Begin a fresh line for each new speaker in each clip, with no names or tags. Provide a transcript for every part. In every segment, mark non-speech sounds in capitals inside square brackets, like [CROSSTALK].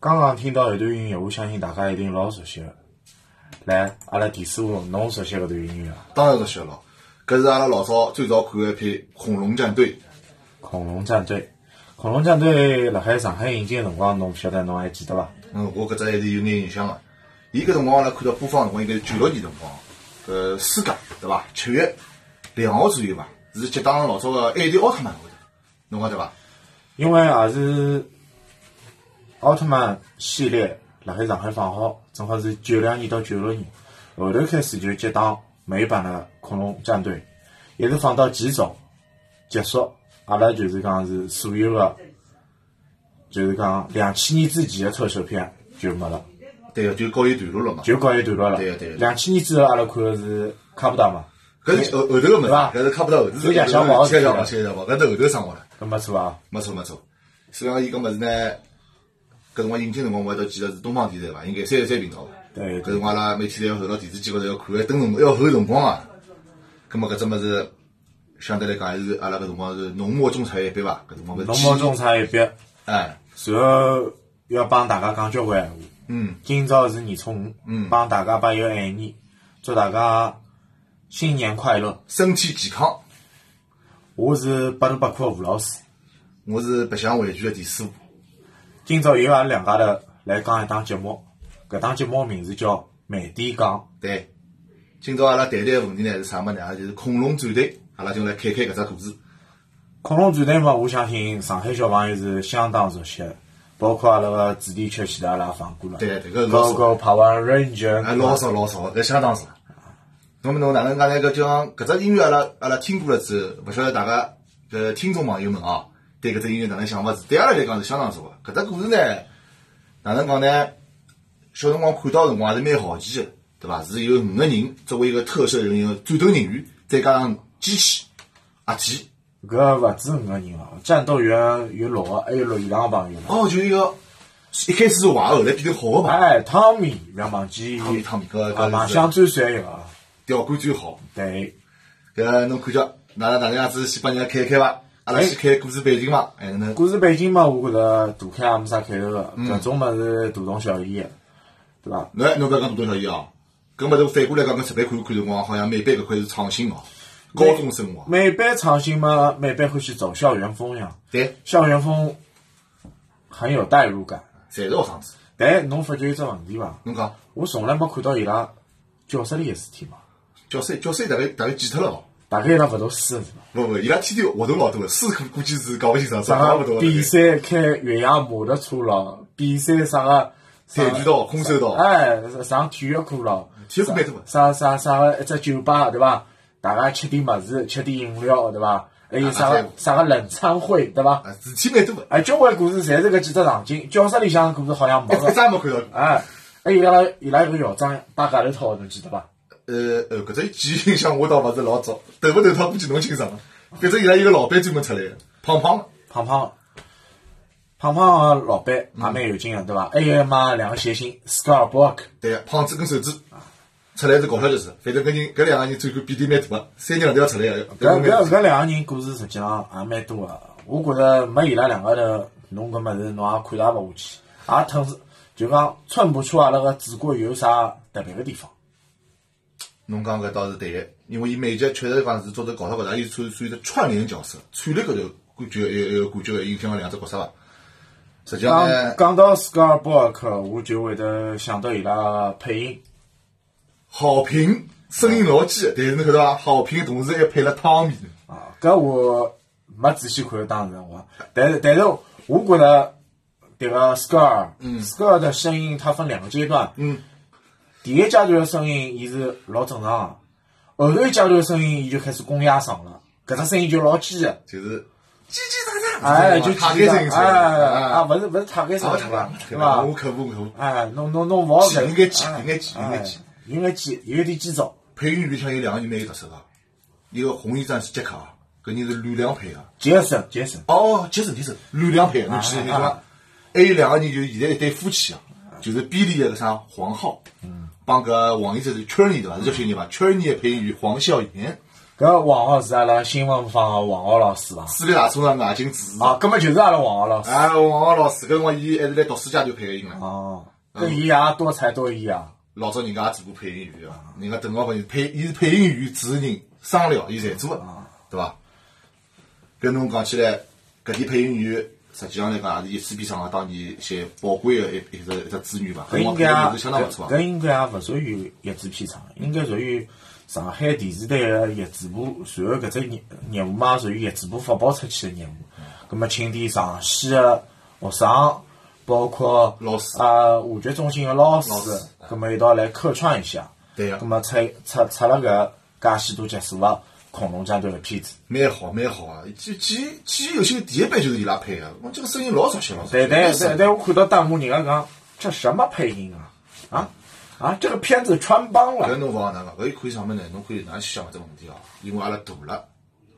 刚刚听到一段音乐，我相信大家一定老熟悉了。来，阿拉第四问，侬熟悉搿段音乐伐？
当然熟悉了，搿是阿拉老早最早看的一篇《恐龙战队》。
恐龙战队，恐龙战队辣海上海引进的辰光，侬勿晓得侬还记得伐？
嗯，我搿只还是有眼印象的。伊搿辰光阿拉看到播放的辰光，应该是九六年辰光，搿世界对伐？七月两号左右伐？是接档老早个海迪奥特曼搿头，侬讲对伐？
因为也是奥特曼系列辣海上海放好，正好是九两年到九六年，后头开始就接档美版的恐龙战队，一直放到极早结束，阿拉就是讲是所有的，就是讲两千年之前的特摄片就没了，
对个，就告伊段落了嘛。
就告一段落了。
对的对的
两千年之后阿拉看的是卡布达嘛，
搿是后后头个物事，
对伐
搿是看不到后头
有
是
点想往后
切
看
想往切想往，搿是后头生活了。
搿没错啊。
没错没错，所以讲伊搿物事呢，搿辰光引进辰光我还到记得是东方电视台伐？应该三十三频道伐？
对
搿辰光阿拉每天侪要候到电视机高头要看，要等辰要候辰光啊。葛末搿只物事相对来讲还是阿拉搿辰光是浓墨重彩一笔伐？搿辰光搿
浓
记忆
墨重彩一笔，
哎，
然后要帮大家讲交关闲话。
嗯，
今朝是年初五，
嗯
帮大家拜一个晚年，祝大家新年快乐。
身体健康，
我是百度百科的吴老师，
我是白相玩具的第四部，
今朝由阿拉两家头来讲一档节目，搿档节目名字叫《慢点讲》。
对。今朝阿拉谈谈个问题呢是啥物事呢？就是恐龙战队，阿拉就来看看搿只故事。
恐龙战队嘛，我相信上海小朋友是相当熟悉的，包括阿拉个主题曲，其实阿拉也放过了。
对对搿是老
Go
熟
Go Power Ranger，
啊，老少老少，搿相当少。侬么侬哪能讲呢？搿就像搿只音乐，阿拉阿拉听过了之后，勿晓得大家搿听众朋友们啊，对搿只音乐哪能想法子？对阿拉来讲是相当少个。搿只故事呢，哪能讲呢？小辰光看到辰光还是蛮好奇个，对伐？是有五个人作为一个特摄人员、战斗人员，再加上机器、合体，
搿勿止五个人哦，战斗员有六个，还有六以上的朋友呢。
哦，就是一个一开始是坏个，后来变成好个吧？
哎，汤米勿要忘记，
汤米汤米搿
啊，
搿
马
是
相最帅一个啊，
调感最好。
对，
搿侬看叫哪能哪能样子先帮人家看一看伐？阿拉先看故事背景伐？哎，能
故事背景嘛，我觉着大开也没啥开头个，
嗯
搿种物事大同小异个，对伐？
侬侬勿要讲大同小异哦。搿么头反过来讲，搿石板看看辰光，好像美版搿块是创新哦，高中生活。
美版创新嘛，美版欢喜走校园风呀，
对，
校园风很有代入感。
侪是学生子。
但侬发觉一只问题伐？
侬讲
我从来没看到伊拉教室里个事体嘛，
教师教师大概大概记脱了哦。
大概伊拉勿读书个是伐？
勿勿，伊拉天天活动老多个，师课估计是搞勿清爽，啥
啥
也勿
个
懂
比
个。
赛开越野马托车咯，比赛啥个
跆拳道、空手道，
哎，上体育课咯，
体育课蛮多个。
啥啥啥个一只酒吧对伐？大家吃点物事，吃点饮料对伐？还有啥
啊
个
对
啥个冷餐会对伐？
啊，事体蛮多个，
哎，交关故事侪是搿几只场景，教室里向的故事好像没
一一
个。
[LAUGHS] 啥也没看到过。
哎，还有伊拉伊拉有个校长戴假头套，侬记得伐？
呃呃，搿只记忆印象我倒勿是老早，头勿头套估计侬清爽了。反正伊拉有个老板专门出来个，胖胖个。
胖胖的，胖胖个老板也蛮有劲个对伐？还有嘛两个谐星 Starbuck，
对，胖子跟瘦子出来是搞笑就是，反正搿人搿两个人最后比例蛮大个，三人两条出来个。
搿搿
搿
搿两个人故事实际上也蛮多个，我觉着没伊拉两个头，侬搿物事侬也看也勿下去，也吞是就讲衬不出阿拉啊个祖国有啥特别个地方。
侬讲搿倒是对个，因为伊每集确实讲是做着搞笑搿搭，伊算算是串联角色，串联搿头感觉有有感觉影响了两只角色伐？实际上
讲
呢，
讲到 Starbuck，我就会得想到伊拉个配音，
好评声音老尖，但是侬看到伐？好评同时还配了汤米，
啊，搿我没仔细看当时我，但是但是我觉得迭个 Scar，嗯，Scar 的声音它分两个阶段，
嗯，
第一阶段的声音伊是老正常的，后头一阶段的声音伊就开始公鸭嗓了，搿只声音就老尖的，
就是叽叽喳喳，
哎，就
塔
尖
开
的
声音出
哎
来了，
啊，
啊，
勿是勿是塔开声
勿
音
塔
嘛
了，
对
伐？
伐
我？可恶我可恶，
哎，侬侬侬勿好搿，
应该记
哎
应该记应该记，
哎应该记，有点记躁。
配音员里向有两个人蛮有特色个，一个红衣战士杰克啊，搿人是吕梁配个。
杰森，杰森，
哦，杰森杰森，吕梁配，侬记得
啊
伐？
啊
伐？还有两个人就是现在一对夫妻啊，就是比利个啥啊黄浩，帮搿王医生是圈儿尼对伐？是叫圈儿尼伐？圈儿尼个配音员黄孝妍，
然后王浩是阿拉新闻方的王浩老师伐？
私立大学呢，外景主持。
啊，搿么就是阿拉王浩老师。
哎，王浩老师，搿辰光伊还是来读书阶段配音了。
哦，搿伊也多才多艺啊。
老早人家也做过配音员啊，人家邓小平配，伊是配音员、主持人、商料，伊侪做的，对伐？搿侬讲起来，搿点配音员实际上来讲，也是一次比上海当年些宝贵的一一只一只资源吧。
搿
辰
应
光
该
搿
啊
能力是相当勿错啊
搿。应该也勿属于业主片场，应该属于上海电视台的业主部，随后搿只业业务嘛属于业主部发包出去的业务。葛么，请点上戏的学生，啊包括
老师
啊，话剧中心的老师
老师，
葛么一道来客串一下。
对呀
葛么出出出了搿介许多集数的《恐龙战队》的片子，
蛮好，蛮好啊！记记记忆犹新，第一版就是伊拉配的，我这个声音老熟悉，老熟悉。
但但但
是
但我看到弹幕人家讲，这什么配音啊？啊啊，这个片子穿帮了。
搿侬勿好哪个，搿可以啥物事呢？侬可以哪能去想搿只问题哦？因为阿拉大了，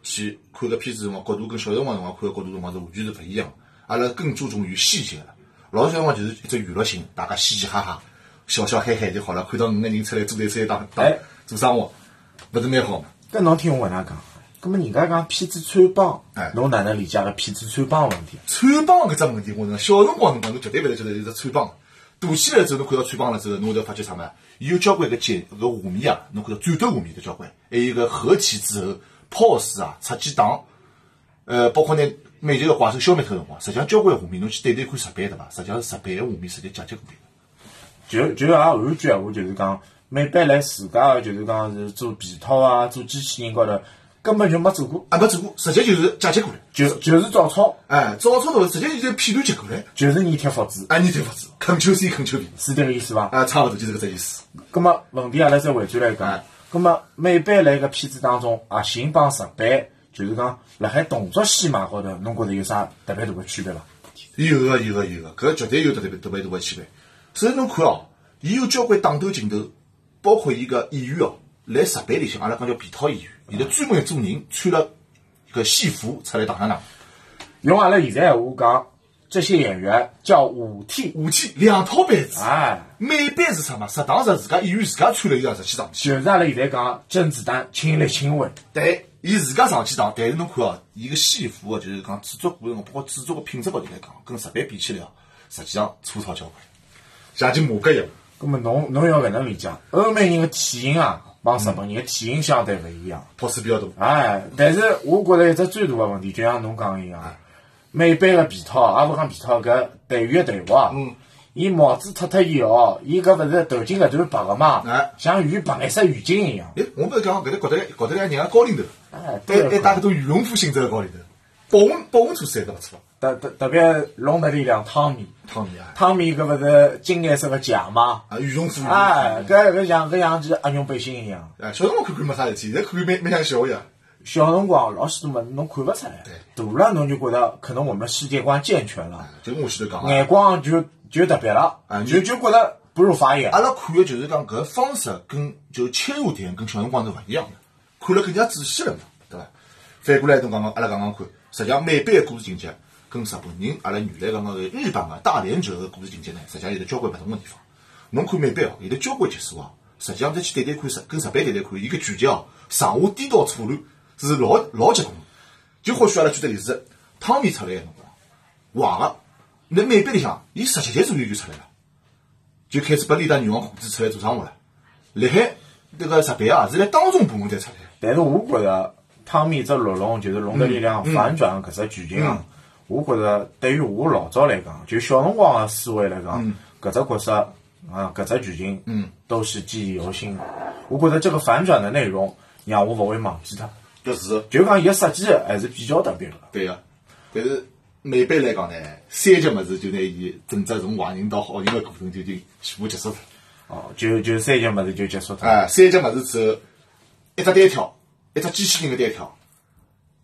去看搿片子辰光，角度跟小辰光辰光看个角度辰光是完全是勿一样的。阿拉更注重于细节了。老小辰光就是一只娱乐性，大家嘻嘻哈哈、笑笑嗨嗨就好了。看到五个人出来做对手打打
哎
做生活，勿是蛮好嘛？
搿侬听我搿能讲，搿么人家讲片子穿帮
哎，
侬哪能理解个片子穿帮问题？
穿帮搿只问题，我讲小辰光辰光侬绝对勿会觉得有只穿帮。大起来之后，侬看到穿帮了之后，侬会得发觉啥物事？伊有交关搿剪搿画面啊，侬看到战斗画面都交关，还有搿合体之后 pose 啊、出去打，呃，包括拿美籍个怪兽消灭脱的辰光，实际上交关画面侬去对对看日版对伐？实际上是日版个画面直接解决过来的。
就就也换句闲话，就是讲美版来自家个，就是讲是做皮套啊，做机器人高头，根本就没做过，
啊，没做过，直接就是解决过来。
就就是照抄，
哎，照抄头直接就是片段截过来，
就是粘贴复制，
啊，你对勿住，Ctrl C Ctrl V，
是迭个意思伐？
啊，差勿多就是搿只意思。
葛么问题阿拉再回转来讲
哎，
葛么美版辣搿片子当中，核心帮日版，就是讲辣海动作戏码高头，侬觉着有啥特别大个区别伐？
有个有个啊有个，搿绝对有特别特别大个区别。首先侬看哦，伊有交关打斗镜头，包括伊个演员哦，来日版里向阿拉讲叫皮套演员，伊拉专门一组人穿了搿戏服出来打相打，
用阿拉现在闲话讲，这些演员叫舞替，
武器两套板子。
哎。
每版是啥嘛？实打实自家演员自家穿了伊拉实去打。
就是阿拉现在讲甄子丹亲力亲为，
对，伊自家上去打，但是侬看哦，伊个戏服哦，就是讲制作过程，包括制作个品质高头来讲，跟日版比起来哦，实际上粗糙交关，像就马甲一样。
葛么侬侬要搿能理解，欧美人的体型啊，帮日本人的体型相对勿一样。
跑次比较大，
哎，但是我觉着一只最大的问题，就像侬讲一样，美版个皮套，也勿讲皮套，搿队员队服啊，伊帽子脱脱以后，伊搿勿是头巾搿段白个嘛
哎，
像鱼白一只浴巾一样。
哎，我不是讲搿搭搿搭搿搭人家高领头，
哎，
还还
对
带搿种羽绒服性质的高领头，保温保温措施还是勿错。
特特特别弄得里两汤米，
汤米啊，
汤米搿勿是金颜色个假嘛？
啊羽绒服，羽绒服
哎，，搿搿像搿像件鸭绒背心一样。
哎，小辰光看看没啥事体，现在看看蛮蛮像小个。
小辰光老许多物事侬看勿出来，大了侬就觉得可能我们世界观健全了，
就我前头讲啊，
眼光就就特别了
啊，你
就就觉得不入法眼
阿。拉看个就是讲搿个方式跟就切入点跟小辰光是勿一样的，看了更加仔细了嘛，对伐？反过来侬讲讲，阿拉讲讲看，实际上美版个故事情节跟日本人阿拉原来讲讲个日版个大连轴个故事情节呢，实际上有得交关勿同个地方。侬看美版哦，有得交关集数哦，实际上再去对对看日跟日版对对看，伊个剧情哦，上下颠倒错乱是老老结棍的。就或许阿拉举个例子，汤米出来个辰光，坏个，那美版里向伊十七集左右就出来了。就开始把利达女王胡子出来做生活了。辣海那个日本啊，是来当众部门才出来的。
但是我觉着汤米只绿龙就是《龙的力
嗯
量》反转搿只剧情啊，我觉着对于我老早来讲，就小辰光个思维来讲，
嗯
搿只角色啊搿只剧情，嗯，都是记忆犹新的。我觉着这个反转的内容让我勿会忘记它，
搿是
就讲伊个设计还是比较特别个。
对个、但是美版来讲呢，三级物事就拿伊整只从坏人到好人个过程就已经全部结束脱了。
哦，就就三件物事就结束脱。
哎，三级物事之后，一只单挑，一只机器人个单挑，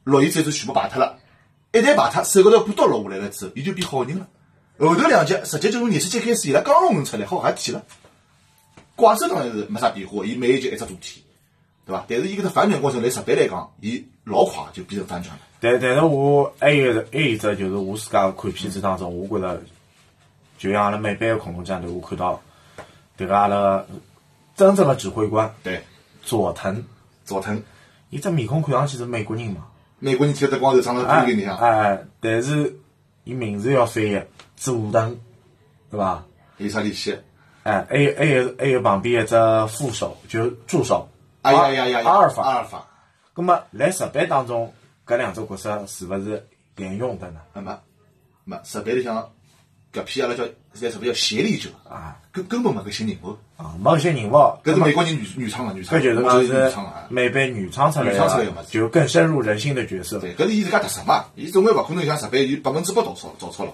落伊之后就全部排脱了。一旦排脱，手高头把刀落下来了之后，伊就变好人了。后头两集直接就从廿七集开始，伊拉刚龙门出来，好合体了。怪兽当然是没啥变化，伊每一集一只主题，对伐？但是伊搿只反转过程，来日版来讲，伊老快就变成反转了。
但但是我还有还有一只就是我自家看片子当中，我觉着就像阿拉美版的恐龙战队，我看到迭个阿拉真正的指挥官
对，
佐藤，
佐藤
伊只面孔看上去是美国人嘛，
美国人剃了只光头，长了
哎
秃给你啊，
哎，但是伊名字要翻译佐藤，对伐？
有啥联系？
哎，还有还有还有旁边一只副手，就是助手，
哎呀呀呀呀！
阿尔
阿
法。
尔法，
那么来日版当中，搿两只角色是勿是沿用的呢？
啊没没，日本里向搿批阿拉叫现在日本叫协力者
啊，
根根本没搿些人物，
啊，没搿些人物，搿
搿是美国人原原创个原创，
搿就是讲
我觉得是原
是
创个啊。
美版原创出来
原创出来的
的
嘛，
就更深入人心的角色。
对，搿是伊自家特色嘛，伊总归勿可能像日本伊百分之百倒抄照抄了。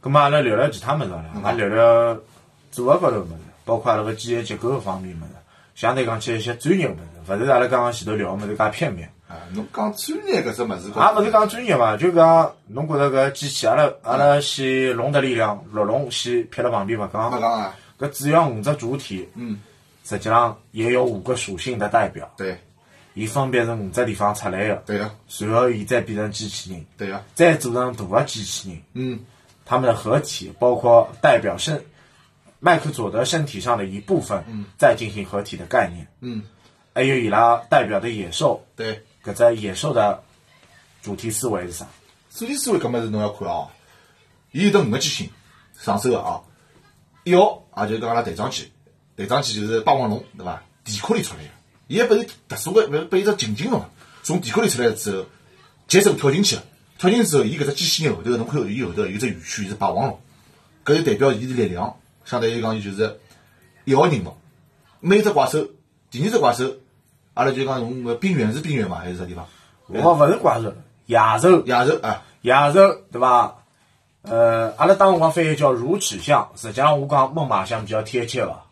咁啊么阿拉聊聊其他物事好了，
嗯
阿拉聊聊组合高头物事，包括阿拉个机械结构方面物事，相对讲起一些专业物事，勿是阿拉刚刚前头聊个物事介片面。
啊，侬讲专业搿只物事，
也啊勿是讲专业嘛，就讲侬觉着搿机器，阿拉阿拉先龙的力量，六龙先撇辣旁边勿
没
讲，
讲啊，
搿主要五只主体，
嗯，
实际上也有五个属性的代表，
对
伊分别是五只地方出来的，
对个
随后伊再变成机器人，
对个，
再组成大个机器人，
嗯，
他们的合体，包括代表身麦克佐德身体上的一部分，再进行合体的概念，
嗯，
还有伊拉代表的野兽，
对。
搿只野兽的主题思维是啥？
主体思维搿物事侬要看哦，伊有得五个机型上手个哦。一号也就是讲阿拉队长机，队长机就是霸王龙对伐？地壳里出来个，伊还不是特殊个，不是被一只情景龙啊从地壳里出来之后，接手跳进去了，跳进去啊之后，伊搿只机器人后头，侬看伊后头有只园区，伊是霸王龙，搿就代表伊是力量，相当于讲伊就是一号人物。每一只怪兽，第二只怪兽，阿拉就讲用个冰原是冰原伐？还是啥地方？
我勿是怪兽，野兽，
野兽啊，
野兽对伐？呃，阿拉当辰光翻译叫乳齿象，实际上我讲猛犸象比较贴切伐，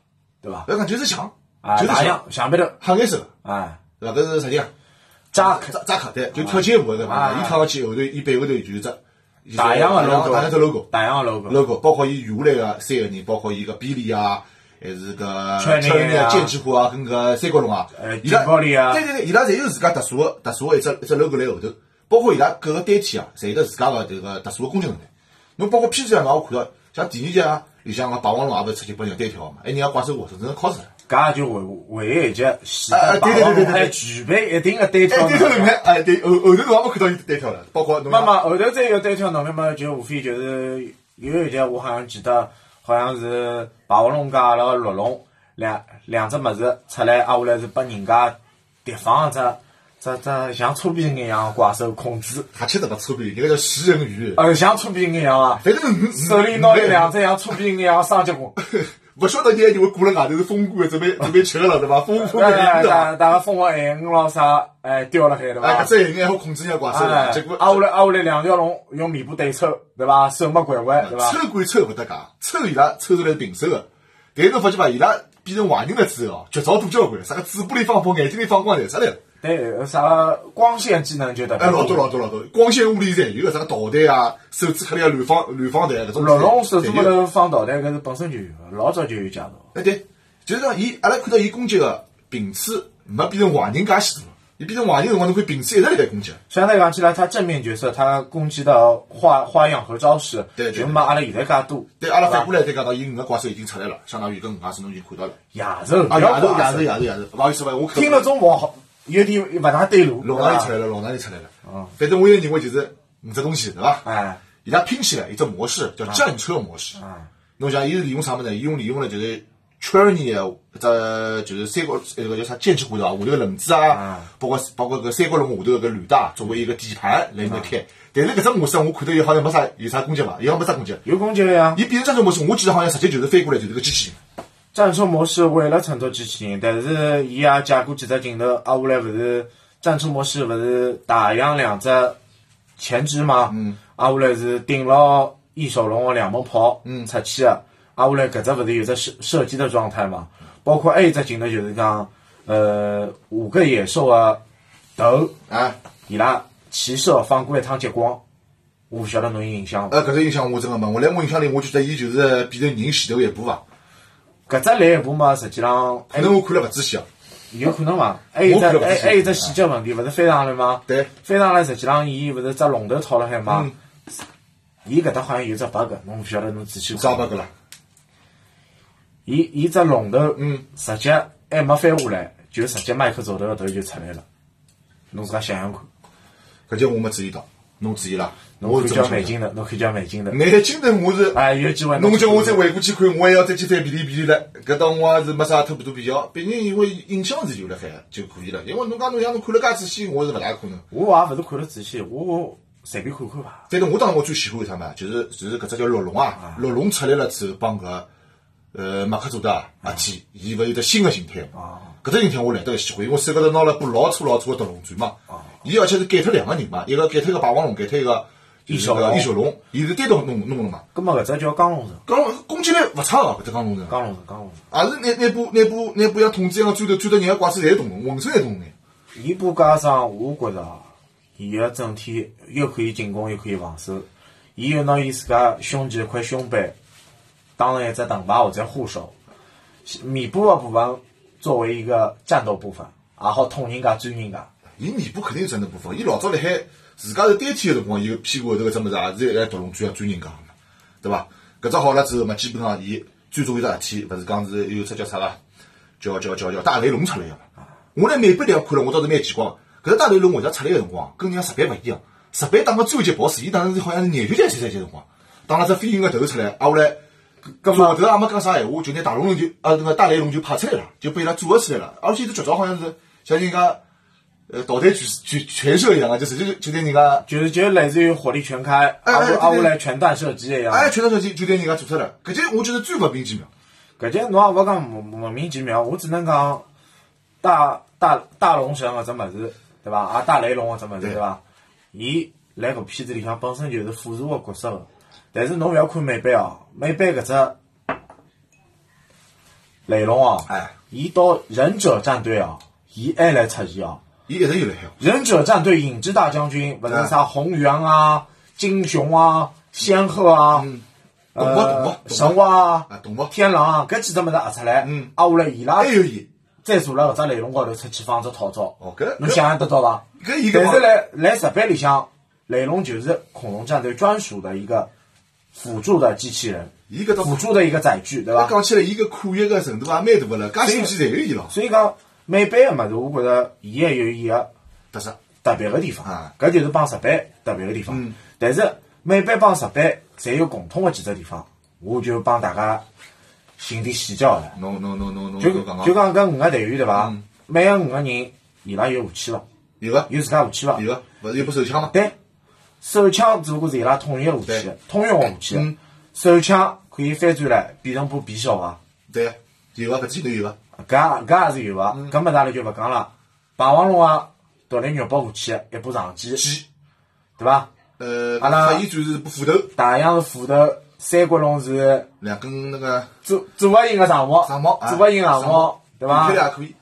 对伐？
搿讲就是强，
啊，
就是
大
强。
象象鼻头，
黑颜色的，
哎，
对伐？搿是啥人啊？
扎克
扎扎克对，就跳街舞的对伐？
啊
伊跳上去后头，伊背后头就是只就是
大洋个 logo，
大洋只 logo
大洋个 logo，
logo，包括伊余下来个三个人，包括伊个比利啊，还是个
川内啊
啊、剑之虎啊，跟个三角龙啊
呃，
伊拉
金高利啊
对对对，伊拉侪有自家特殊个特殊个一只一只 logo 辣后头，包括伊拉各个单体啊，侪有得自家个迭个特殊个攻击能力。侬包括片子上我看到，像第二集啊，里向个霸王龙也勿是出去拨人家单挑嘛，哎，人家怪兽活生生敲死了。
搿也就唯唯一一集，是
啊对
霸
对对
王
对
龙
对
还具备一定的单
哎，
挑
单挑能
能
力
力。，
哎，对，后后头侬也没看到伊单挑了，包括侬
那么后头再有单挑能力嘛，就无非就是有一集我好像记得，好像是霸王龙加阿拉个绿龙两两只物事出来，挨下来是把人家敌方的只只只像搓皮人一样的怪兽控制，
他吃这个臭屁，人家叫食人鱼，
呃，像搓皮人一样啊，
反正
[LAUGHS] 手里拿了两只像搓皮人一样的双截
[LAUGHS]
棍，
不晓得人家就会过了外头是风干，准备准备吃了对吧？风风
大
干的，
哎大大家疯狂海鱼咯啥，哎，叼了海对
哎，
伐
搿？只人家还控制人家怪兽
哎，
了，结果
啊，我来啊，我来两条龙用尾巴对抽，对伐？手没拐弯，对伐？
抽归抽勿搭界，抽伊拉抽出来是平手个，但是侬发觉伐，伊拉变成坏人了之后哦，绝招多交关，啥个嘴巴里放炮，眼睛里放光，侪出来了。
对，有啥光线技能就特别
哎，老多老多老多，光线物理侪有个，啥个导弹啊，手指壳里个乱放乱放弹啊搿种。
老龙手指
侪
高
有
头放导弹，搿是本身就有，老早就有介绍。
哎对，就是讲伊，阿拉看到伊攻击个频次没变成坏人介许多，伊变成坏人辰光，侬看频次一直辣盖攻击。
相对讲起来，他正面角色他攻击的花花样和招式，
对对对
就没阿拉现在介多。
对，阿拉反过来再讲到，伊五个怪兽已经出来了，相当于搿五个是侬已经看到了。
野兽，
啊，
不要
亚洲
怪
亚
兽
洲亚洲亚洲，勿好意思伐，我看
听了总不好，有点勿大对路。
老哪里出
对伐
来了，老哪里出来了。反正我现在认为就是五只东西，对伐？
哎，
伊拉拼起来一只模式叫战车模式。侬想，伊是利用啥物事呢？伊用利用了就是圈里个只就是三角那个叫啥剑齿虎对伐？下头个轮子啊，包括包括搿三角龙下头搿履带作为一个底盘来面开。但是搿只模式我看到伊好像没啥有啥攻击伐？伊好像没啥攻击。
有攻击力啊！
伊变成战车模式，我记得好像直接就是翻过来就是个机器人。
战术模式为了衬托机器人，但是伊也借过几只镜头，啊，下来勿是战术模式勿是大洋两只前肢嘛，嗯，啊，下来是顶牢异手龙的两门炮，嗯，出去的，啊，下来搿只勿是有只射射击的状态嘛，包括还有一只镜头就是讲，呃，五个野兽的头，
啊，
伊拉骑射放过一趟激光，我勿晓得侬有印象伐？
呃，搿只印象我真个没。我来我印象里，我觉得伊就是变成人前头一步伐。
搿只来一步嘛，实际上
可能我看了勿仔细啊。
有可能伐？还有一只
我看了不
还
是
还有一只细节问题，勿是飞上来吗？
对嗯
飞上来实际上伊勿是只龙头套了海吗？伊搿搭好像有只 bug，侬勿晓得侬仔细看
啥勿搿啦？
伊伊只龙头，
嗯，
直接还没翻下来，就直接麦克佐德个头就出来了。侬自家想想看，
搿节我没注意到，侬注意了？
侬
我
看
是
叫
怎么
蛮
想的？
劲的，侬看叫蛮劲的，
眼睛呢，我是
哎，有机会
侬叫我再
再
回过去看，我还要再去翻比例比例了。搿搭我也是没啥特别多必要，毕竟因为印象是留辣海啊就可以了。因为侬讲侬像侬看了介仔细，我是勿大可能。
我也勿是看了仔细，我随便看看吧。
但是我当然我最喜欢一趟嘛，就是就是搿只叫陆龙啊，陆龙出来了之后帮搿呃马克佐德啊阿基，伊勿有得新的形态嘛。搿只形态我来得喜欢，因为手高头拿了部老粗老粗的独龙钻嘛。伊而且是改脱两个人嘛，一个改脱一个霸王龙，改脱一个就是
小
搿
龙
异小龙，伊是单独弄弄弄嘛。
葛末搿只叫江龙神，
刚攻击力勿差哦，搿只刚龙人。
江龙神，江龙神，
也是拿拿部拿部拿部像筒子一样钻头钻到人家怪兽侪动动，浑身侪动动。
伊部加上我觉着啊，伊个整体又可以进攻又可以防守，伊又拿伊自家胸前一块胸背当成一只盾牌或者护手，弥补个部分作为一个战斗部分，也好捅人家追人家。
伊弥补肯定有战斗部分，伊老早辣海自家是单体个辰光，伊屁股后头搿只物事也是在独龙钻要钻人家个嘛，对伐？搿只好了之后嘛，基本上伊最重要的事体，勿是讲是有只叫啥个，叫叫叫叫大雷龙出来个嘛。我辣美版里向看了，我倒是蛮奇怪，搿只大雷龙为啥出来个辰光跟人家日版勿一样？日版打个最后一级 BOSS，伊当时是好像是廿九级还是三级辰光，打了只飞鹰个头出来，啊后来。搿么头也没讲啥闲话，就拿大龙龙就啊那个大雷龙就派出来了，就被伊拉组合起来了，而且这绝招好像是像人家呃导弹全全全射一样啊，就直接就就对人家
就是就是类似于火力全开，
哎
啊
哎
我啊
对对
我来全弹射击一样。
哎全场射击就对人家做出来了，搿节我觉得最莫名其妙。
搿节侬也勿讲莫莫名其妙，我只能讲大大大龙神搿只物事，对伐？啊，大雷龙搿只物事，
对
对伐？伊辣搿片子里向本身就是辅助个角色个，但是侬勿要看美版哦，美版搿只雷龙哦，
哎，
伊到忍者战队哦，伊还来出现哦。
伊一直有辣海哦，
忍者战队影之大将军，勿
哎
是啥红原啊、金熊啊、仙鹤啊、
嗯动物动物
呃神
动物
蛙
啊
啊、
动物，
天狼啊，搿几只物事合出来，
嗯
啊，下来伊拉
还有伊，
再坐辣搿只雷龙高头出去放只套招，
哦搿
侬想象得到伐？
搿伊搿
但
帮
是来来日本里向，雷龙就是恐龙战队专属的一个辅助的机器人，
伊搿
辅
种
助的一个载具，对伐？
讲起来伊搿可惜个程度也啊蛮大个了，介新鲜侪有伊咯，
所以讲美版个物事，我觉着伊也有伊个
特色
特别个地方
啊，嗯
搿就是帮日版特别个地方。但是美版帮日版侪有共通个几只地方，我就帮大家寻点细节好了。
侬侬侬侬侬
就
侬讲啊嗯
就
讲，
讲搿五个队员对伐？每个五个人伊拉有武器伐？
有个
有自家武器伐？
有啊个，勿是有把手枪吗？
对，手枪只不过是伊拉统一个武器
对，
通用个武器
嗯。
手枪可以翻转来变成把匕首伐？
对，啊有个搿几头有个，
啊搿搿也是有伐？
嗯
搿么阿拉就勿讲了。霸王龙啊，独立肉搏武器，一把长剑，
鸡，
对伐？
呃，
阿拉
发现就是把斧头。
大洋是斧头，三国龙是
两根那个啊
做做勿赢个长矛，
长矛，
做勿赢长矛，对伐
飞？也可以，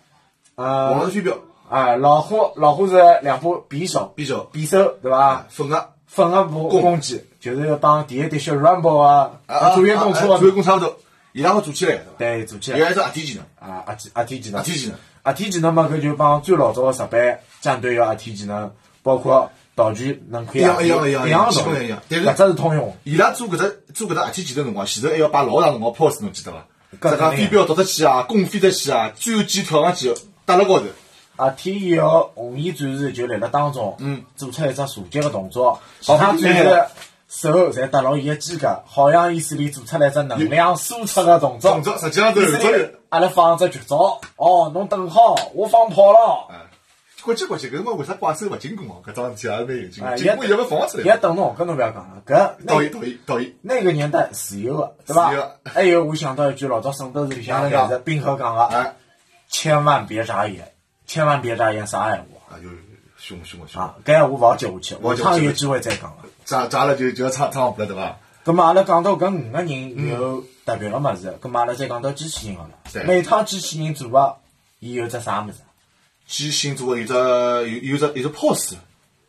网
呃，
络飞镖，
啊，老虎老虎是两把匕首，
匕首
匕首对伐？
粉啊，
粉个部攻击，就是帮第一滴血 Rumble 啊，
啊，
主月攻
差，
错
主，月攻差不多，伊拉好做起来，对吧？
对，做起
伊拉
来
还是阿天技能，
啊，阿天阿天技能，
阿天技能，
阿天技能嘛，搿就帮最老早个日版战队个啊阿天技能，包括道具能开
一样一样
一
一样
一样
基
道
本上
具
一样但是
搿只是通用，
伊拉做搿只做搿只阿天技能辰光，前头还要摆老长辰光 pose，侬记得伐？
搿
这
肯
个
定
飞镖倒出去啊，弓飞出去啊，最后剑跳上去搭辣高头，
啊，天以后红衣战士就来了当中，嗯，做出一只射击个动作，其
好
他
厉
战
害
士手侪搭牢伊个肩胛，好像意思里做出来一只能量输出个动作
动。作实际上都
意
是
思
后头
里。阿拉放只绝招，哦，侬等好，我放炮了，
关键关键，搿辰光为啥怪兽勿进攻哦？搿桩事体也是蛮有劲
哎，
的，进攻
也
也勿放出
也
来。
等侬，搿侬勿要讲了，搿
导
那
演导演导演，
那个年代是有个，对伐
是有的？
还有我想到一句老早圣斗士里向
哪能讲
搿是冰河讲个，
哎，
千万别眨眼，千万别眨眼啥闲话
哎呦，凶凶凶！
啊？搿闲话勿好接下去，下
好接下去
趟有机会再讲了。
炸炸了就就要唱唱不了对伐？
咁啊么阿拉讲到搿五个人有特别个物事，咁啊么阿拉再讲到机器人好
嗯对
了。每趟机器人做个，伊有只啥物事？啊
机星座有只有有只有只 pose，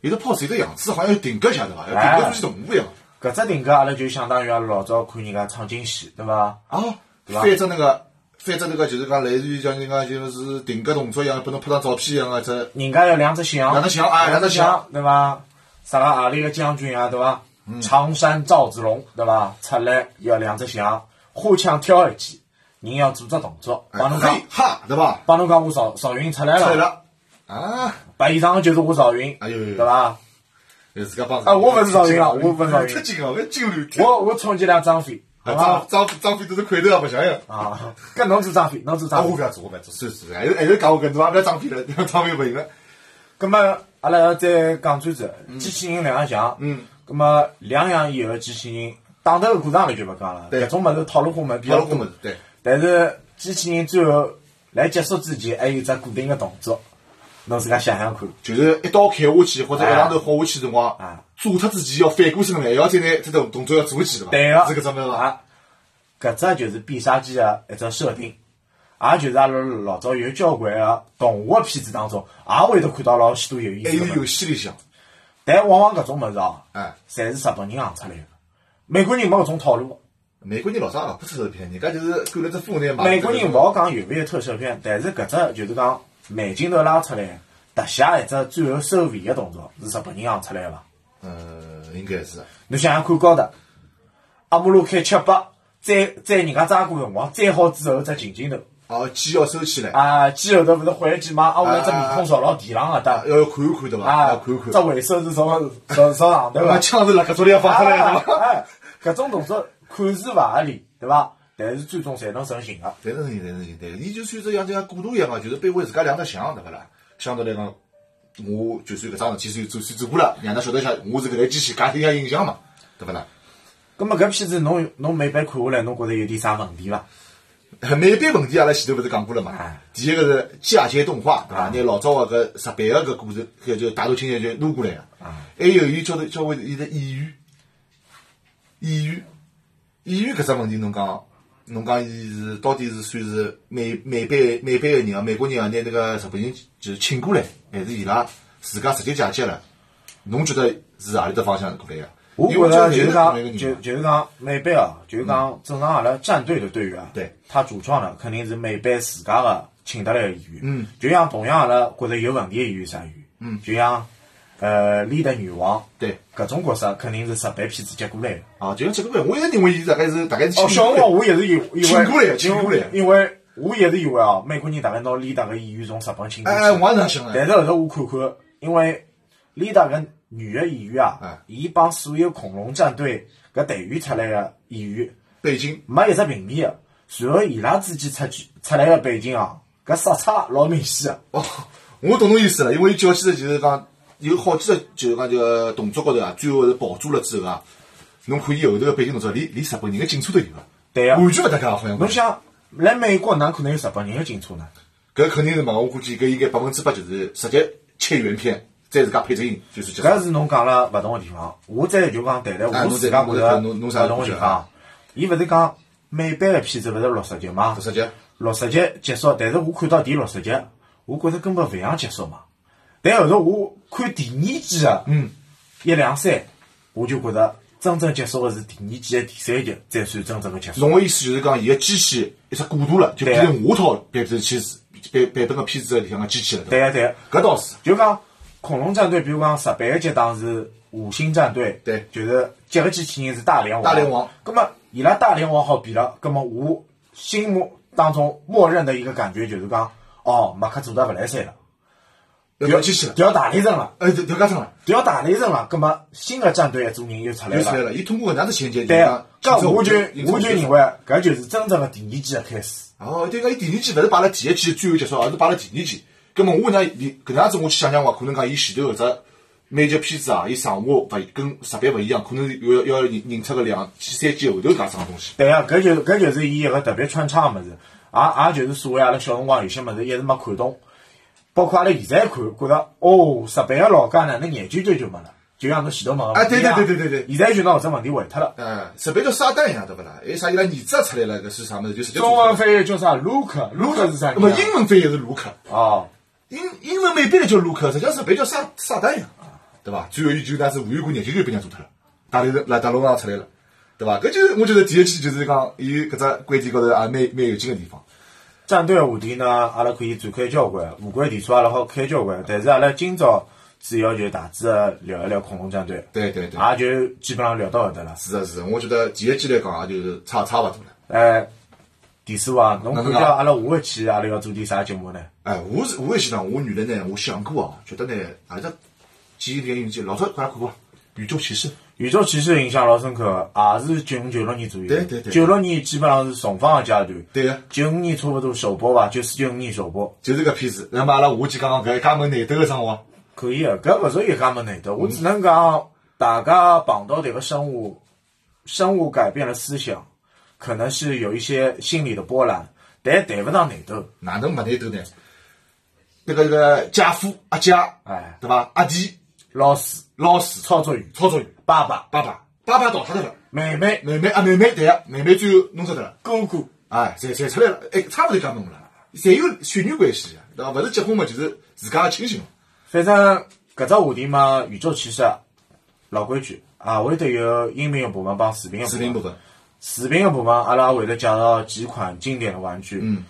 有只 pose 有只样子，好像有定格一下对伐？有定格出去动物一样
搿只定格阿拉就相当于阿拉老早看人家唱京戏，对伐？
啊，
对伐
翻着那个翻着那个就是讲类似于像人家啊就是定格动作一样，拨侬拍张照片一样个啊只
人家有两只象，
两只象哎
两
两只象，
对伐？啥个阿里个将军啊，对伐？
嗯
常山赵子龙，对伐？出来要两只象，花腔挑一记，人要做只动作，帮侬
哎嘿
讲，
哈对伐？
帮侬讲，我赵赵云出来
出
了，
来了，啊，
白衣裳就是我赵云，
哎呦呦
对伐？
有自家帮
啊我不是赵云啊我不是赵云
出镜啊，我进乱看。
我我充其量张飞，好伐
哎张？张张飞都是块头啊，白相呀。
啊，搿侬做张飞，侬做
啊，
张
我
飞
不。要做，我不要做，算算，还是还哎是讲我搿侬也不要张飞了， [LAUGHS] 张飞不行了。
葛么阿拉再讲穿子，机器人两项，
嗯，
葛么两项以后机器人打斗的过程阿拉就勿讲了，
对
搿种物事套路化物事比
比老
较
公
多
们。对，
但是机器人最后来结束之前，还有一只固定的动作，侬自家想想看。
就是一刀砍下去或者一榔头划下去辰光
啊，
做脱之前要反过身来，还要再拿这动动作要做起，对伐？
对个，
是搿种物事伐？
啊，搿只就是变杀机的一只设定，也就是阿拉老早有交关个动画片子当中也会得看到老许多有意
还
思
有
的物
游
事，
戏里向，
但往往搿种物事哦，
哎，
侪是日本人行出来的，美国人没搿种套路。
美国人老早也勿拍特摄片，人家就是赶了只风来嘛。
美国人勿好讲有没有特摄片，但是搿只就是讲慢镜头拉出来，特写一只最后收尾的动作是日本人行出来的伐？
呃，应该是
侬想想看高达，阿姆罗开七八，载载人家渣过辰光，载好之后只近镜头，
哦，剑要收起来，
啊，机后头勿是毁了几嘛，啊，我一只面孔朝牢地浪个搭，
要要看一看对伐？
啊
要，哎看一看。
只回收是从从从上头
那
个
么，枪是辣搿种地方放出来的
啊
对伐？
[LAUGHS] 哎，搿种动作看似勿合理，对伐？但是最终侪能成型个。
但是行，但是行，但是伊就算是像就像过渡一样啊，就是被为自家量得响，对勿啦？相对来讲，我就算搿桩事体算做算做过了，让㑚晓得一下，我是搿台机器，加点下印象嘛，对勿啦？
葛末搿片子侬侬每版看下来，侬觉着有点啥问题伐？
每版问题阿拉前头勿是讲过了嘛
哎？
第一个是嫁接动画，对伐？
啊
拿老早个搿日版个搿故事，搿就大头情节就拿过来个。
啊
还有伊交头交关伊的演员，演员，演员搿只问题侬讲，侬讲伊是到底是算是美美版美版个人啊，美国人啊，拿那个日本人就是请过来，还是伊拉自家直接嫁接了？侬觉得是何里只方向过来个？
我
因为
觉着就是
这个每个
讲，
人
就
嘛
就是讲美版哦，就是讲正常阿拉战队的队员啊，
对，
他主创呢肯定是美版自家的请得来的演员，嗯，就像同样阿拉觉着有问题的演员啥演员，嗯，就像呃丽的女王，
对
搿种角色肯定是日版片子接过来的。
啊，就像这个，我一直认为伊大概是大概是
哦，
请
小辰
过来
光我一直以以为
请过来
因
的
为
请过来的
因为我一直以为哦，美国人大概拿丽达个演员从日本请过去
哎，我也这样想的。
但是后头我看看，因为丽达搿女的演员
哎
啊，伊帮所有恐龙战队搿队员出来的演员
北京 [LAUGHS]
没一只平面的，随后伊拉之间出去出来的背景啊，搿色差老明显的。
哦，我懂侬意思了，因为叫起来就是讲有好几个就是讲这个动作高头啊，最后是保住了之后啊，侬看伊后头个背景动作，连连日本人个警车都有啊，
对啊，
完全勿搭界啊好像。
侬想来美国哪可能有日本人的警车呢？
搿肯定是嘛，我估计搿应该百分之百就是直接切原片，再自家配着音，就是结束
搿是侬讲了勿同个地方，我再就讲谈谈
啊
我
侬
自
再
家
侬
觉着
侬侬
勿
啥
同个
感
地
觉
方
啊。
伊勿是讲美版个片子勿是六十集嘛
不？直接
六十集结束，但是我看到第六十集，我觉着根本勿像结束嘛。但后头我看第二季个，嗯，一两三，我就觉着真正结束个是第二季个第三集才算真正个结束。
侬个意思就是讲，伊个机器一只过渡了，就
对
变
啊
成我套版本片子版版本个片子里向个机器了，
对
伐？
个对个，啊
搿倒是，
就讲恐龙战队，比如讲日版个集档是五星战队，
对
就是接个机器人是大连王，
大连王，
那么伊拉大连王好比了，那么我心目当中默认的一个感觉就是讲，哦，马克做得勿来三了，啊
要机器了，
调大雷神了，
哎，调家长了。
调大雷神了，那么新的战队一组人又出来
又出来
了，
了，伊通过搿能样子情节，
啊对
啊
啊，，
搿
搿我就我就认为啊搿就是真正的第二季的开始，
哦，对个，伊第二季勿是摆了第一季最后结束，而是摆了第二季。葛末我呢，搿能样子我去想想啊话，可能讲伊前头搿只每集片子啊，伊上下勿跟日版勿一样，可能要要认认出个两三季后头加上东西。
对啊，搿就是搿就是伊一个特别穿插的物事，也也就是所谓阿拉小辰光有些物事一直没看懂，包括阿拉现在看，觉着哦，日本个老家哪能研究究就没了，就像侬前头问个
啊对
问题一样
对对对对对
现在就拿搿只问题回脱了。
呃，日版叫撒旦一样对勿啦？还有啥伊拉儿子也出来了，搿是啥物事？就直接
中文翻译叫啥？卢克，卢克是啥
那么
人啊？
英文翻译是卢克，
哦，
英英文美版叫卢克，实际上日版叫撒撒旦呀，啊对伐？最后伊就那是无缘故研究就被人家做脱了，大头那大龙王出来了，对伐？搿就是我觉得第一期就是讲伊搿只观点高头也蛮蛮有劲个地方。
战队个话题呢，阿拉可以展开交关，无关地处阿拉好开交关，但是阿拉今朝主要就大致地聊一聊恐龙战队，
对对啊对，
也就基本上聊到搿搭了。
是啊是啊，我觉得第一期来讲也就是差差勿多了。
呃，第四王，侬
哪
感
能
觉
讲
阿拉下一期啊阿拉要做点啥节目呢？
哎，我是我也想讲，我原来呢，我想过啊，觉得呢，阿拉几个运气，老早看拉看过《宇宙骑士》，
宇宙骑士印象老深刻，也是九五九六年左右。
对对对
九六年基本上是重放的阶段。
对啊个，
九五年差不多首播吧，九四九五年首播。
就是搿片子。那么阿拉下期讲讲搿一家门难得个辰光，
可以的，搿勿属于家门难得，
嗯
我只能讲大家碰到迭个生活，生活改变了思想，可能是有一些心理的波澜，但谈勿上难得。
哪能勿难得呢？那个那个姐夫阿姐，
哎，
对伐？阿弟、
老师、
老师、
操作员、
操作员、
爸爸、
爸爸，爸爸逃脱脱了，
妹妹、
妹妹啊，妹妹对个，妹妹最后弄脱脱了。
哥哥，
哎，侪侪出来了，哎，差勿多讲侬了，侪有血缘关系，对伐？勿是结婚嘛，就是自家个亲情。
反正搿只话题嘛，宇宙其实啊老规矩，啊也会得有音频的部分帮视频的部
视
分。
频部分，
视频的部分，阿拉会得介绍几款经典的玩具，
嗯，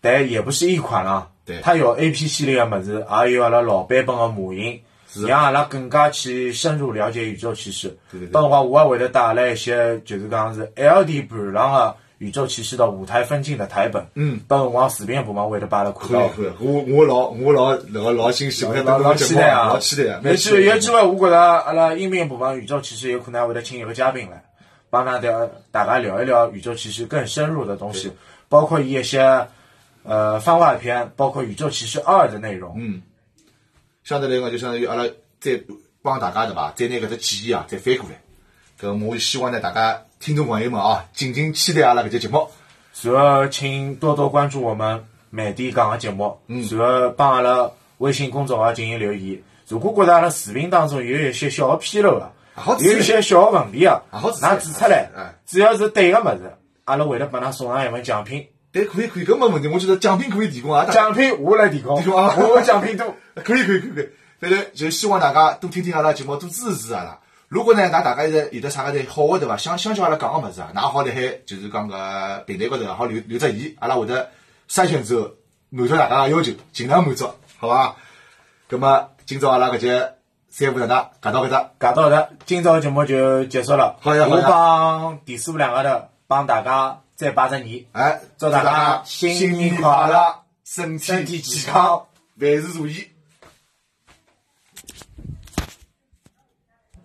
但也不是一款啊，
对
它有 A P 系列的么子，也有阿拉老版本的模型，
是
让阿拉更加去深入了解宇宙骑士。
对对对
到辰光我也会得带阿拉一些，就是讲是 L D 版上的宇宙骑士的舞台分镜的台本，
嗯，
到辰光视频的部分会得把阿拉看
可以
到。
可以，我我老我老老老欣喜，我
老老期
期
待
待
啊！
老期待啊！
有机会有机会，我觉着阿拉音频部分宇宙骑士有可能会得请一个嘉宾来，帮大家大家聊一聊宇宙骑士更深入的东西，包括一些呃番外篇，包括宇宙骑士二的内容。嗯，
相对来讲，就相当于阿拉再帮大家对伐？再拿搿只建议啊，再翻过来。搿我希望呢，大家听众朋友们啊，敬请期待阿拉搿节节目。
然后请多多关注我们麦迪讲的节目，
嗯
然后帮阿拉微信公众号进行留言。如果觉得阿拉视频当中有一些小的纰漏啊
好，指
有一些小的问题啊，
好指出来
㑚指出来
哎，
只要是对的物事，阿拉会得帮㑚送上一份奖品。
对，可以可以，搿没问题。我觉得 [LAUGHS] 奖品可以提供啊，大家
奖品我来提 [LAUGHS] 供，
提供啊
我奖品多。
可以可以可以可以。反正就希望大家多听听阿拉节目，多支持阿拉。如果呢，㑚大家有有得啥个对好个对伐？想想叫阿拉讲个物事啊，㑚好辣海就是讲搿平台高头好留留只言，阿拉会得筛选之后满足大家个要求，尽量满足，好伐？葛么今朝阿拉搿节三五热闹讲到搿搭。
讲到这，今朝节目就结束了。
好呀好
我
呀
帮第四部两个的帮大家再拜个年，
哎，
祝
祝
大
大
家
家
新
新
年
年
快
快
乐
乐，身
身
体
体
健
健
康，
康。
万事如意。